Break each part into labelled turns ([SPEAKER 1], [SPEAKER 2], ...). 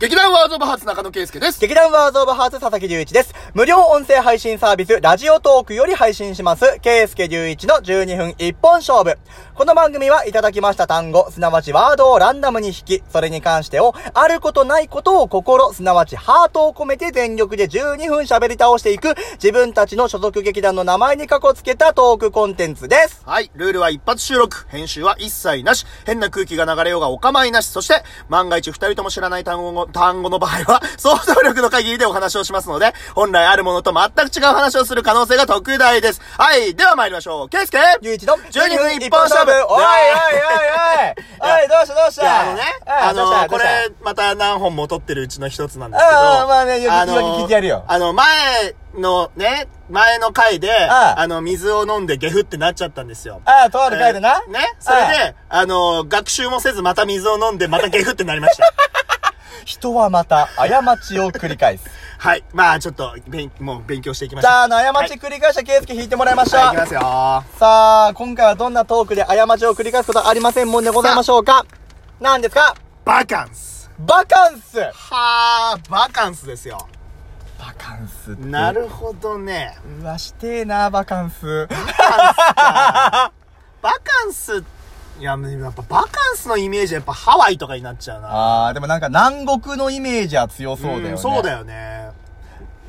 [SPEAKER 1] 劇団ワーズオブハーツ中野圭介です。
[SPEAKER 2] 劇団ワーズオブハーツ佐々木隆一です。無料音声配信サービス、ラジオトークより配信します、ケイスケ隆一の12分一本勝負。この番組はいただきました単語、すなわちワードをランダムに引き、それに関してを、あることないことを心、すなわちハートを込めて全力で12分喋り倒していく、自分たちの所属劇団の名前に過去つけたトークコンテンツです。
[SPEAKER 1] はい。ルールは一発収録。編集は一切なし。変な空気が流れようがお構いなし。そして、万が一二人とも知らない単語の、単語の場合は、 想像力の限りでお話をしますので、本来あるものと全く違う話をする可能性が特大です。はい。では参りましょう。圭介
[SPEAKER 2] 隆一の
[SPEAKER 1] 12分一本勝負
[SPEAKER 2] おいおいおいおいおいどうしたどうし
[SPEAKER 1] いや
[SPEAKER 2] た
[SPEAKER 1] あのね、
[SPEAKER 2] あ
[SPEAKER 1] あ
[SPEAKER 2] どうし
[SPEAKER 1] の、
[SPEAKER 2] たど
[SPEAKER 1] こ
[SPEAKER 2] うした
[SPEAKER 1] れ、また何本も撮ってるうちの一つなんですけど、
[SPEAKER 2] ああまあねよく言い訳聞いてやるよ
[SPEAKER 1] あの、前のね、前の回で、
[SPEAKER 2] ああ
[SPEAKER 1] あの、水を飲んでゲフってなっちゃったんですよ。
[SPEAKER 2] ああ、とある回でな。
[SPEAKER 1] えーね、それで、あの、学習もせずまた水を飲んで、またゲフってなりま した。
[SPEAKER 2] 人はまた、過ちを繰り返す。
[SPEAKER 1] はい。まあ、ちょっと、勉、もう勉強していきまし
[SPEAKER 2] じ
[SPEAKER 1] ょう。
[SPEAKER 2] ゃあ、あの、過ち繰り返したケースケ引いてもらいましょう。
[SPEAKER 1] はい、いきますよ。は
[SPEAKER 2] さあ、今回はどんなトークで過ちを繰り返すことはありませんもんでございましょうか何ですか
[SPEAKER 1] バカンス。
[SPEAKER 2] バカンス
[SPEAKER 1] はあ、バカンスですよ。
[SPEAKER 2] バカンスって
[SPEAKER 1] なるほどね。
[SPEAKER 2] うわ、してえな、バカンス。
[SPEAKER 1] バカンス、いや、やっぱバカンスのイメージはやっぱハワイとかになっちゃうな。
[SPEAKER 2] あー、でもなんか南国のイメージは強そうだよね。
[SPEAKER 1] んそうだよね。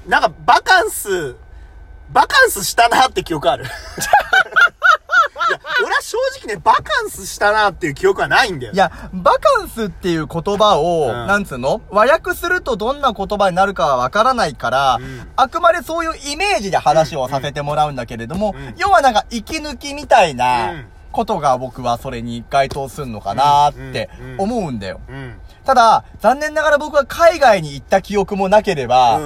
[SPEAKER 1] なんか、バカンス、バカンスしたなって記憶 ある。いや、俺は正直ね、バカンスしたなっていう記憶はないんだよ。
[SPEAKER 2] いや、バカンスっていう言葉を、
[SPEAKER 1] うん
[SPEAKER 2] なんつうの和訳するとどんな言葉になるかはわからないから、
[SPEAKER 1] ん
[SPEAKER 2] あくまでそういうイメージで話をさせてもらうんだけれども、
[SPEAKER 1] うんうん
[SPEAKER 2] 要はなんか息抜きみたいな、
[SPEAKER 1] うん
[SPEAKER 2] ことが僕はそれに該当するのかなーって
[SPEAKER 1] うんうんうん
[SPEAKER 2] 思うんだよ。
[SPEAKER 1] うん。
[SPEAKER 2] ただ、残念ながら僕は海外に行った記憶もなけれ
[SPEAKER 1] うん
[SPEAKER 2] ば、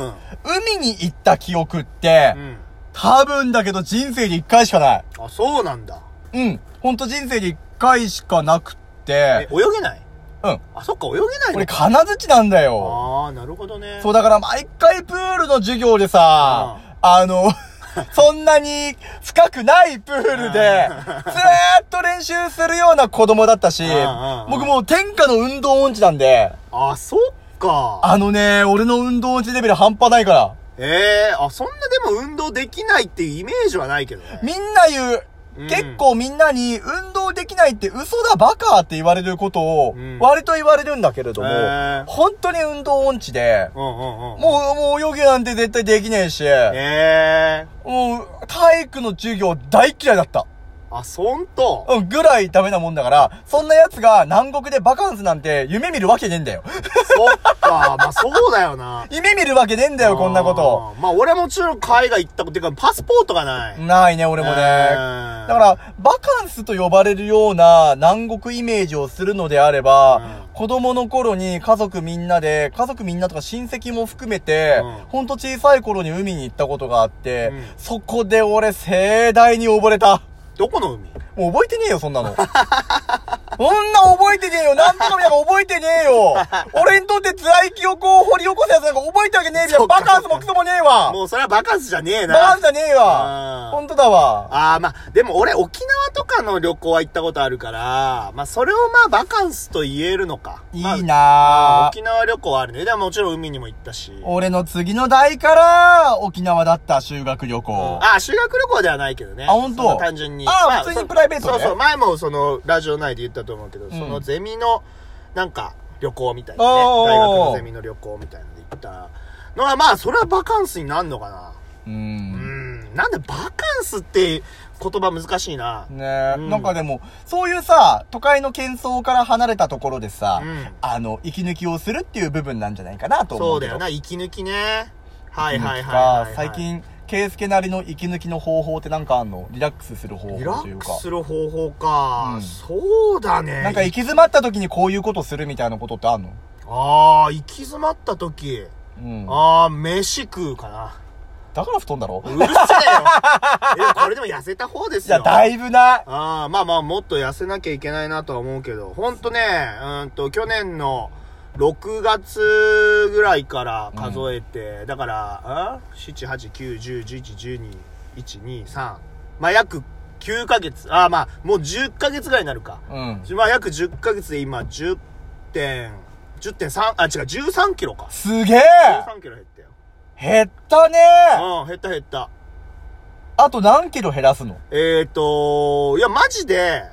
[SPEAKER 2] 海に行った記憶って、
[SPEAKER 1] うん。
[SPEAKER 2] 多分だけど人生で一回しかない。
[SPEAKER 1] あ、そうなんだ。
[SPEAKER 2] うん。ほんと人生で一回しかなくっ
[SPEAKER 1] え、
[SPEAKER 2] て、
[SPEAKER 1] 泳げない
[SPEAKER 2] うん。
[SPEAKER 1] あ、そっか、泳げないの
[SPEAKER 2] 俺
[SPEAKER 1] か。
[SPEAKER 2] 金槌なんだよ。
[SPEAKER 1] ああ、なるほどね。
[SPEAKER 2] そう
[SPEAKER 1] う
[SPEAKER 2] だから毎回プールの授業でさ、あの、 そんなに深くないプールで、ずーっと練習するような子供だったし
[SPEAKER 1] うんうんうん、
[SPEAKER 2] 僕もう天下の運動音痴なんで、
[SPEAKER 1] あ、そっか。
[SPEAKER 2] あのね、俺の運動音痴レベル半端ないから、
[SPEAKER 1] ええあ、そんなでも運動できないっていうイメージはないけどね。
[SPEAKER 2] みんな言う、
[SPEAKER 1] うん
[SPEAKER 2] 結構みんなに運動できないって嘘だバカって言われることを
[SPEAKER 1] うん、
[SPEAKER 2] 割と言われるんだけれども
[SPEAKER 1] へー、
[SPEAKER 2] 本当に運動音痴で、
[SPEAKER 1] うんうんうん。
[SPEAKER 2] もう、もう泳ぎなんて絶対できねえし、
[SPEAKER 1] ええ
[SPEAKER 2] もう、体育の授業大嫌いだった。
[SPEAKER 1] あ、そんと。
[SPEAKER 2] うん、ぐらいダメなもんだから、そんな奴が南国でバカンスなんて夢見るわけねえんだよ。
[SPEAKER 1] そっ か。まあ、そうだよな。
[SPEAKER 2] 夢見るわけねえんだよ、こんなこと。
[SPEAKER 1] あー。まあ俺はもちろん海外行ったこと、てかパスポートがない。
[SPEAKER 2] ないね、俺もね。
[SPEAKER 1] だ
[SPEAKER 2] だか、ら、バカンスと呼ばれるような南国イメージをするのであれば、
[SPEAKER 1] うん
[SPEAKER 2] 子供の頃に家族みんなで、家族みんなとか親戚も含めて、
[SPEAKER 1] うん
[SPEAKER 2] ほんと小さい頃に海に行ったことがあって、
[SPEAKER 1] うん
[SPEAKER 2] そこで俺盛大に溺れた。
[SPEAKER 1] どこの海
[SPEAKER 2] もう覚えてねえよ、そんなの。そんな覚えてねえよ。なんとかみたいな覚えてねえよ。俺にとって辛い記憶を掘り起こすやつなんか覚えてわけねえじゃ
[SPEAKER 1] そ
[SPEAKER 2] ん。
[SPEAKER 1] っか
[SPEAKER 2] バカンスもクソもねえわ。
[SPEAKER 1] もうそれはバカンスじゃねえな。
[SPEAKER 2] バカンスじゃねえ
[SPEAKER 1] う
[SPEAKER 2] わ
[SPEAKER 1] ん。
[SPEAKER 2] ほんとだわ。
[SPEAKER 1] ああ、まあ、でも俺沖縄とかの旅行は行ったことあるから、まあそれをまあバカンスと言えるのか。
[SPEAKER 2] いい
[SPEAKER 1] まあ
[SPEAKER 2] なぁ
[SPEAKER 1] 沖。縄旅行はあるね。でももちろん海にも行ったし。
[SPEAKER 2] 俺の次の代から、沖縄だった修学旅行。
[SPEAKER 1] ああ、修学旅行ではないけどね。
[SPEAKER 2] あ本当
[SPEAKER 1] その単純に。
[SPEAKER 2] ああ普通に
[SPEAKER 1] そ
[SPEAKER 2] プライベートで
[SPEAKER 1] そうそう、前もその、ラジオ内で言ったと思うけど、その
[SPEAKER 2] うん
[SPEAKER 1] ゼミの、なんか、旅行みたいなね。
[SPEAKER 2] おーおー
[SPEAKER 1] 大学のゼミの旅行みたいなので行ったのは、まあ、それはバカンスになんのかな。う
[SPEAKER 2] う。
[SPEAKER 1] んん。なんでバカンスって言葉難しいな。
[SPEAKER 2] ねえ、
[SPEAKER 1] うん
[SPEAKER 2] なんかでも、そういうさ、都会の喧騒から離れたところでさ、
[SPEAKER 1] うん
[SPEAKER 2] あの、息抜きをするっていう部分なんじゃないかなと思
[SPEAKER 1] そうう
[SPEAKER 2] け
[SPEAKER 1] だ
[SPEAKER 2] ど。
[SPEAKER 1] よな、息抜きね。はい
[SPEAKER 2] 息
[SPEAKER 1] はいはい
[SPEAKER 2] 抜き
[SPEAKER 1] はい
[SPEAKER 2] か
[SPEAKER 1] はい。
[SPEAKER 2] 最。近、ケイスケなりの息抜きの方法ってなんかあんのリラックスする方
[SPEAKER 1] リラ
[SPEAKER 2] 法とい
[SPEAKER 1] ッ
[SPEAKER 2] う
[SPEAKER 1] ク
[SPEAKER 2] か
[SPEAKER 1] ス。する方法か。
[SPEAKER 2] うん
[SPEAKER 1] そうだね。
[SPEAKER 2] なんか行き詰まった時にこういうことするみたいなことってあんの
[SPEAKER 1] ああ、行き詰まった時。
[SPEAKER 2] うん。
[SPEAKER 1] ああ、飯食うかな。
[SPEAKER 2] だから太んだろ
[SPEAKER 1] うるせえ よ。いや、これでも痩せた方です
[SPEAKER 2] い
[SPEAKER 1] よ。
[SPEAKER 2] や、だいぶな。
[SPEAKER 1] ああ、まあまあ、もっと痩せなきゃいけないなとは思うけど、ほんとね、うんと、去年の6月ぐらいから数えて、だから、うん ?7、8、9、10、11、12、1、2、3。まあ、約9ヶ月。ああ、まあ、もう10ヶ月ぐらいになるか。
[SPEAKER 2] うん。
[SPEAKER 1] まあ、約10ヶ月で今、10点、 10.3、あ、違う、13キロか。
[SPEAKER 2] すげえ
[SPEAKER 1] 13キロ減ったよ。
[SPEAKER 2] 減ったね
[SPEAKER 1] うん、減った減った。
[SPEAKER 2] あと何キロ減らすの
[SPEAKER 1] えーと、いや、マジで、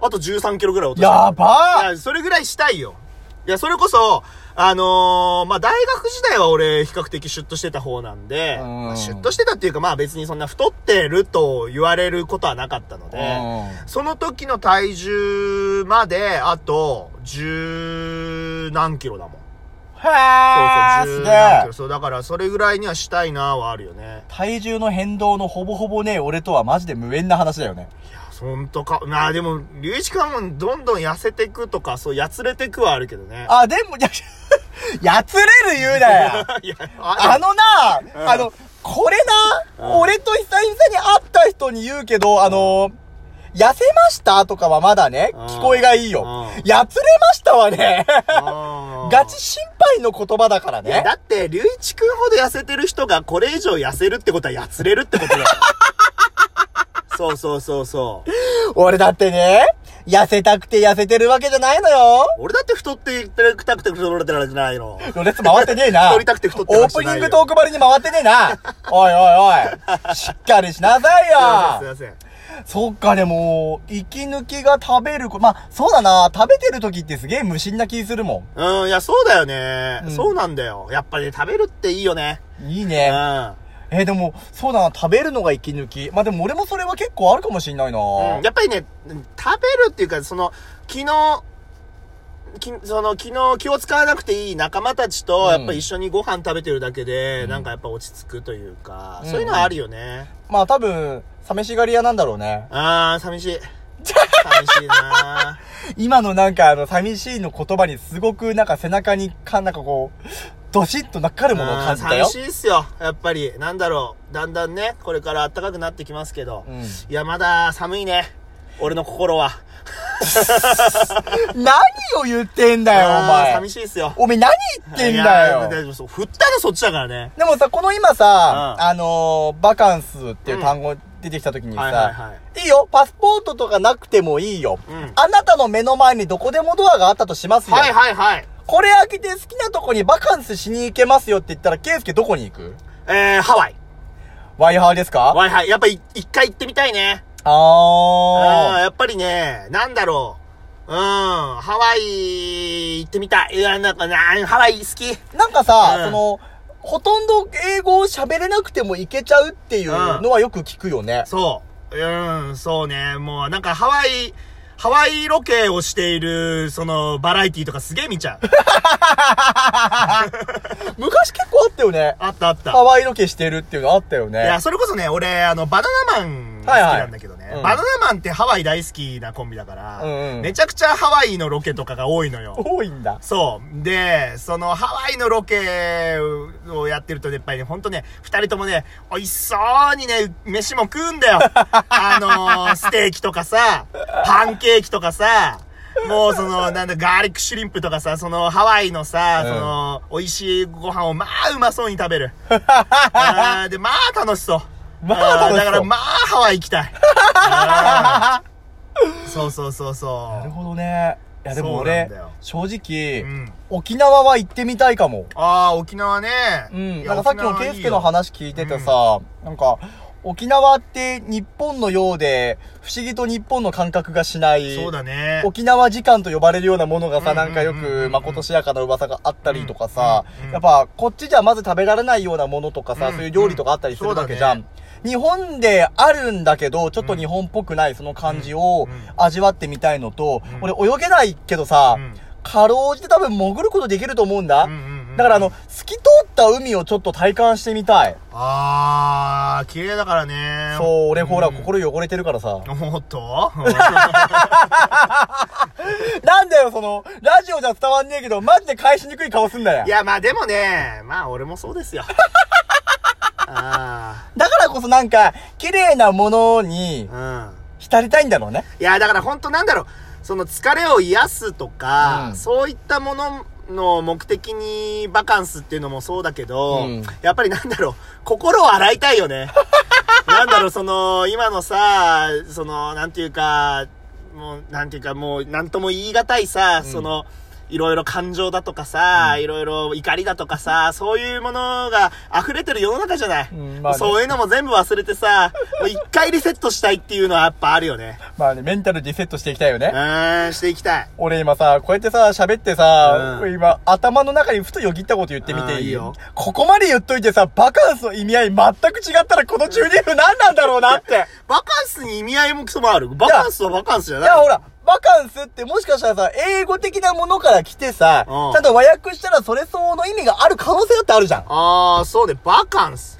[SPEAKER 1] あと13キロぐらい落とした。
[SPEAKER 2] やば
[SPEAKER 1] いや、それぐらいしたいよ。いや、それこそ、あのーまあ、大学時代は俺、比較的シュッとしてた方なんで、
[SPEAKER 2] うん
[SPEAKER 1] まあシュッとしてたっていうか、まあ別にそんな太ってると言われることはなかったので、
[SPEAKER 2] ー
[SPEAKER 1] その時の体重まで、あと、十何キロだもん。
[SPEAKER 2] へ
[SPEAKER 1] そ
[SPEAKER 2] ー
[SPEAKER 1] うそう、十
[SPEAKER 2] すげ
[SPEAKER 1] 何キ
[SPEAKER 2] え
[SPEAKER 1] ロ。そう、だから、それぐらいにはしたいなはあるよね。
[SPEAKER 2] 体重の変動のほぼほぼね、俺とはマジで無縁な話だよね。
[SPEAKER 1] ほんとか。まあでも、龍一君はもうどんどん痩せてくとか、そう、やつれてくはあるけどね。
[SPEAKER 2] あ、でも、いや、やつれる言うなよ
[SPEAKER 1] いや、
[SPEAKER 2] あ
[SPEAKER 1] あ
[SPEAKER 2] の
[SPEAKER 1] うん
[SPEAKER 2] な、あの、これ
[SPEAKER 1] う
[SPEAKER 2] な、
[SPEAKER 1] ん
[SPEAKER 2] 俺と久々に会った人に言うけど、あの、痩せましたとかはまだね、
[SPEAKER 1] うん
[SPEAKER 2] 聞こえがいいよ
[SPEAKER 1] う。ん
[SPEAKER 2] やつれましたはね、
[SPEAKER 1] の
[SPEAKER 2] ガチ心配の言葉だから
[SPEAKER 1] いや、
[SPEAKER 2] ね。
[SPEAKER 1] だって、龍一君ほど痩せてる人がこれ以上痩せるってことは、やつれるってことだ よ。そうそうそうそう。
[SPEAKER 2] 俺だってね、痩せたくて痩せてるわけじゃないのよ。
[SPEAKER 1] 俺だって太っていたくて太ってるじゃないの。
[SPEAKER 2] ロレツ回ってねえな。
[SPEAKER 1] 太りたくて太って
[SPEAKER 2] オ
[SPEAKER 1] ま
[SPEAKER 2] ー
[SPEAKER 1] した
[SPEAKER 2] プ
[SPEAKER 1] ね
[SPEAKER 2] ニングトークばりに回ってねえな。おいおいおい。しっかりしなさい
[SPEAKER 1] すい
[SPEAKER 2] よ。
[SPEAKER 1] ません。すいません
[SPEAKER 2] そっか、でも、息抜きが食べるこまあ、そうだな。食べてる時ってすげえ無心な気するも
[SPEAKER 1] うん、いや、そうだよね、
[SPEAKER 2] うん
[SPEAKER 1] そうなんだよ。やっぱね、食べるっていいよね。
[SPEAKER 2] ん。いいうね。
[SPEAKER 1] ん。
[SPEAKER 2] えーでも、そうだな。食べるのが息抜き。まあ、でも俺もそれは結構あるかもしんないな。
[SPEAKER 1] うんやっぱりね、食べるっていうか、その、昨日、きその昨日気を使わなくていい仲間たちと、
[SPEAKER 2] うん
[SPEAKER 1] やっぱ一緒にご飯食べてるだけで、なんかやっぱ落ち着くというか、そういうのはあるよね。
[SPEAKER 2] まあ、多分、寂しがり屋なんだろうね。
[SPEAKER 1] あー、寂 しい。寂しいな
[SPEAKER 2] 今のなんかあの、寂しいの言葉にすごくなんか背中にか、なんかこう、ドシッとなっかるものを
[SPEAKER 1] う
[SPEAKER 2] 感
[SPEAKER 1] ん
[SPEAKER 2] じたよ
[SPEAKER 1] 寂。しいっすよ。やっぱり、なんだろう。だんだんね、これから暖かくなってきますけど。
[SPEAKER 2] うん
[SPEAKER 1] いや、まだ寒いね。俺の心は。
[SPEAKER 2] 何を言ってんだよ、お
[SPEAKER 1] あー
[SPEAKER 2] 前
[SPEAKER 1] 寂。しいっすよ。
[SPEAKER 2] おめえ何言ってんだ
[SPEAKER 1] いや大
[SPEAKER 2] よ。
[SPEAKER 1] 丈夫そう振ったのそっちだからね。
[SPEAKER 2] でもさ、この今さ、
[SPEAKER 1] うん
[SPEAKER 2] あのー、バカンスっていう単語出てきた時に
[SPEAKER 1] はいはい
[SPEAKER 2] さ、
[SPEAKER 1] はい。
[SPEAKER 2] いいよ、パスポートとかなくてもいいよ。
[SPEAKER 1] うん
[SPEAKER 2] あなたの目の前にどこでもドアがあったとしますよ。
[SPEAKER 1] はいはいはい。
[SPEAKER 2] これ開けて好きなとこにバカンスしに行けますよって言ったら、ケイスケどこに行く
[SPEAKER 1] えー、ハワイ。
[SPEAKER 2] ワイハーですか
[SPEAKER 1] ワイハイ。やっぱい一回行ってみたいね。うん、
[SPEAKER 2] あー。
[SPEAKER 1] やっぱりね、なんだろう。うん、ハワイ行ってみたい。いや、なんかな、ハワイ好き。
[SPEAKER 2] なんかさ、
[SPEAKER 1] うん
[SPEAKER 2] その、ほとんど英語を喋れなくてもいけちゃうっていうのはよく聞くよね。
[SPEAKER 1] そう。うん、そうね。もう、なんかハワイ、ハワイロケをしている、その、バラエティとかすげえ見 ちゃう。
[SPEAKER 2] 昔結構あったよね。
[SPEAKER 1] あったあった。
[SPEAKER 2] ハワイロケしてるっていうのあったよね。
[SPEAKER 1] いや、それこそね、俺、あの、バナナマンが好きなんだけどね。
[SPEAKER 2] はいはいうん
[SPEAKER 1] バナナマンってハワイ大好きなコンビだから、
[SPEAKER 2] うんうん
[SPEAKER 1] めちゃくちゃハワイのロケとかが多いのよ。
[SPEAKER 2] 多い んだ。
[SPEAKER 1] そう。で、そのハワイのロケをやってると、やっぱりね、ほんとね、二人ともね、美味しそうにね、飯も食うん だよ。あのーステーキとかさ、パンケーキとかさ、もうその、なんだ、ガーリックシュリンプとかさ、そのハワイのさ、
[SPEAKER 2] うん
[SPEAKER 1] その、美味しいご飯をまあうまそうに食べ る。あーで、まあ楽しそう。
[SPEAKER 2] まあ楽しそう
[SPEAKER 1] ーだからまあハワイ行きた い。あーそうそうそう
[SPEAKER 2] なる
[SPEAKER 1] そ
[SPEAKER 2] ほどね。いやでも俺
[SPEAKER 1] そうなんだよ、
[SPEAKER 2] 正直、
[SPEAKER 1] う。うん。
[SPEAKER 2] 沖縄は行ってみたいかも。
[SPEAKER 1] ああ、沖縄ね。
[SPEAKER 2] うん。
[SPEAKER 1] い
[SPEAKER 2] な
[SPEAKER 1] や
[SPEAKER 2] んかさっきのケイスケの。話聞いててさ、なんか、沖縄って日本のようで、不思議と日本の感覚がしな
[SPEAKER 1] 沖縄いい
[SPEAKER 2] い。
[SPEAKER 1] よそうだね。
[SPEAKER 2] 沖縄時間と呼ばれるようなものがさ、
[SPEAKER 1] うんうん
[SPEAKER 2] な
[SPEAKER 1] うんん
[SPEAKER 2] かよく、まことしやかな噂があったりとかさ
[SPEAKER 1] うんうんう、ん
[SPEAKER 2] やっぱ、こっちじゃまず食べられないようなものとかさ、
[SPEAKER 1] うん
[SPEAKER 2] そういう料理とかあったりするわけじゃ
[SPEAKER 1] うん
[SPEAKER 2] ん。日本であるんだけど、ちょっと日本っぽくないその感じを
[SPEAKER 1] うんうん
[SPEAKER 2] 味わってみたいのと、
[SPEAKER 1] う
[SPEAKER 2] 俺泳げないけどさ
[SPEAKER 1] う、ん
[SPEAKER 2] かろうじて多分潜ることできると思うんだ
[SPEAKER 1] うん。うんうん
[SPEAKER 2] だからあの、、透き通った海をちょっと体感してみたい。
[SPEAKER 1] ああ、綺麗だからね。
[SPEAKER 2] そう、俺ほら
[SPEAKER 1] うん
[SPEAKER 2] 心汚れてるからさ。
[SPEAKER 1] おっと
[SPEAKER 2] なんだよ、その、ラジオじゃ伝わんねえけど、マジで返しにくい顔すんだ よ
[SPEAKER 1] い。や、まあでもね、まあ俺もそう ですよ。あ
[SPEAKER 2] だからこそなんか、綺麗なものに
[SPEAKER 1] あ、うん。
[SPEAKER 2] 浸りたいんだろうね。
[SPEAKER 1] いや、だから本当なんだろう、その疲れを癒すとか、
[SPEAKER 2] うん
[SPEAKER 1] そういったものの目的にバカンスっていうのもそうだけど、
[SPEAKER 2] うん
[SPEAKER 1] やっぱりなんだろう、心を洗いたいよ ね。なんだろう、その、今のさ、その、なんていうか、もう、なんていうか、もう、なんとも言い難いさ、
[SPEAKER 2] ん
[SPEAKER 1] その、いろいろ感情だとかさ、いろいろ怒りだとかさ、そういうものが溢れてる世の中じゃない。
[SPEAKER 2] うんまあね
[SPEAKER 1] そういうのも全部忘れてさ、もう一回リセットしたいっていうのはやっぱあるよね。
[SPEAKER 2] まあね、メンタルリセットしていきたいよね
[SPEAKER 1] う。ーん、していきたい。
[SPEAKER 2] 俺今さ、こうやってさ、喋ってさ、
[SPEAKER 1] うん
[SPEAKER 2] 今、頭の中にふとよぎったこと言ってみ
[SPEAKER 1] う
[SPEAKER 2] て
[SPEAKER 1] ん
[SPEAKER 2] いい
[SPEAKER 1] いいよ
[SPEAKER 2] ここまで言っといてさ、バカンスの意味合い全く違ったらこの12分何なんだろうなって。いや、
[SPEAKER 1] バカンスに意味合いもクソもある。バカンスはバカンスじゃない。
[SPEAKER 2] ほら、バカンスってもしかしたらさ、英語的なものから来てさ、
[SPEAKER 1] うん
[SPEAKER 2] ちゃんと和訳したらそれ相応の意味がある可能性だってあるじゃん。
[SPEAKER 1] あー、そうね、バカンス。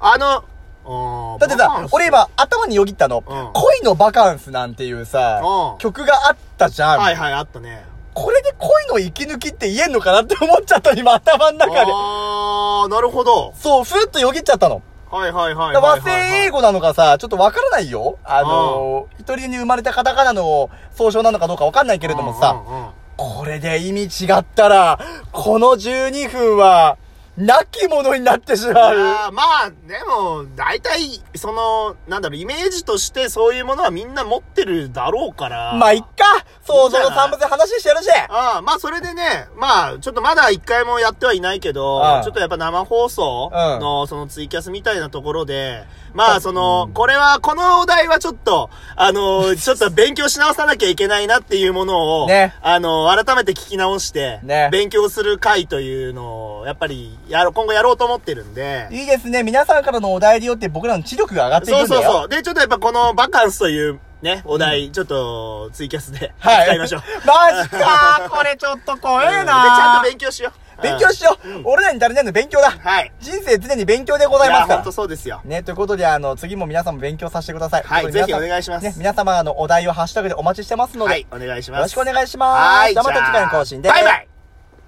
[SPEAKER 1] あの、あー
[SPEAKER 2] だって
[SPEAKER 1] バカ
[SPEAKER 2] さ
[SPEAKER 1] ン、ス
[SPEAKER 2] 俺今頭によぎったの、
[SPEAKER 1] うん
[SPEAKER 2] 恋のバカンスなんていうさ、
[SPEAKER 1] うん
[SPEAKER 2] 曲があったじゃん。
[SPEAKER 1] はいはい、あったね。
[SPEAKER 2] これで恋の息抜きって言えんのかなって思っちゃった今頭の中で。
[SPEAKER 1] あー、なるほど。
[SPEAKER 2] そう、ふっとよぎっちゃったの。
[SPEAKER 1] はいはいはいはい
[SPEAKER 2] だから
[SPEAKER 1] はいはい。
[SPEAKER 2] 和製英語なのかさ、ちょっとわからないよ。あのー、一人に生まれたカタカナの総称なのかどうかわかんないけれどもさ、
[SPEAKER 1] うんうんうん
[SPEAKER 2] これで意味違ったら、この12分は、なきものになってしま。
[SPEAKER 1] いうやーまあ、でも、大体、その、なんだろう、イメージとしてそういうものはみんな持ってるだろうから。
[SPEAKER 2] まあ、いっか。
[SPEAKER 1] いい
[SPEAKER 2] 総
[SPEAKER 1] んじゃ
[SPEAKER 2] 称
[SPEAKER 1] ない
[SPEAKER 2] の産物で話してやるし。
[SPEAKER 1] ああ、まあそれでね、まあ、ちょっとまだ一回もやってはいないけど
[SPEAKER 2] ああ、
[SPEAKER 1] ちょっとやっぱ生放送
[SPEAKER 2] うん
[SPEAKER 1] の、そのツイキャスみたいなところで、まあその、これは、このお題はちょっと、あの、 ちょっと勉強し直さなきゃいけないなっていうものを、
[SPEAKER 2] ね
[SPEAKER 1] あの、改めて聞き直して、
[SPEAKER 2] ね
[SPEAKER 1] 勉強する回というのを、やっぱり、やろ、今後やろうと思ってるんで、
[SPEAKER 2] いいですね。皆さんからのお題によって僕らの知力が上がってい
[SPEAKER 1] そ
[SPEAKER 2] く
[SPEAKER 1] うん
[SPEAKER 2] だよ。
[SPEAKER 1] そうそう。で、ちょっとやっぱこのバカンスというね、お題、ちょっとツイキャスで
[SPEAKER 2] はい。
[SPEAKER 1] 使いましょう。
[SPEAKER 2] マジかこれちょっと怖
[SPEAKER 1] う
[SPEAKER 2] え
[SPEAKER 1] んで、ちゃん
[SPEAKER 2] な
[SPEAKER 1] と勉強しよう。
[SPEAKER 2] 勉強しよう、俺らに足りないの勉強だ。
[SPEAKER 1] はい。
[SPEAKER 2] 人生常に勉強でご
[SPEAKER 1] い
[SPEAKER 2] ざいま
[SPEAKER 1] や、
[SPEAKER 2] すか
[SPEAKER 1] ほん
[SPEAKER 2] ら
[SPEAKER 1] と。そうですよ。
[SPEAKER 2] ね、ということで、あの、次も皆さんも勉強させてください。
[SPEAKER 1] はい
[SPEAKER 2] とうこ
[SPEAKER 1] ぜひ
[SPEAKER 2] とで皆さん
[SPEAKER 1] お願いします
[SPEAKER 2] ね、皆様、あの、お題をハッシュタグでお待ちしてますので、
[SPEAKER 1] はい
[SPEAKER 2] よ、
[SPEAKER 1] お願いします。
[SPEAKER 2] ろしくお願いします。
[SPEAKER 1] はい。
[SPEAKER 2] じゃあまた次回の更新で。
[SPEAKER 1] バイバイ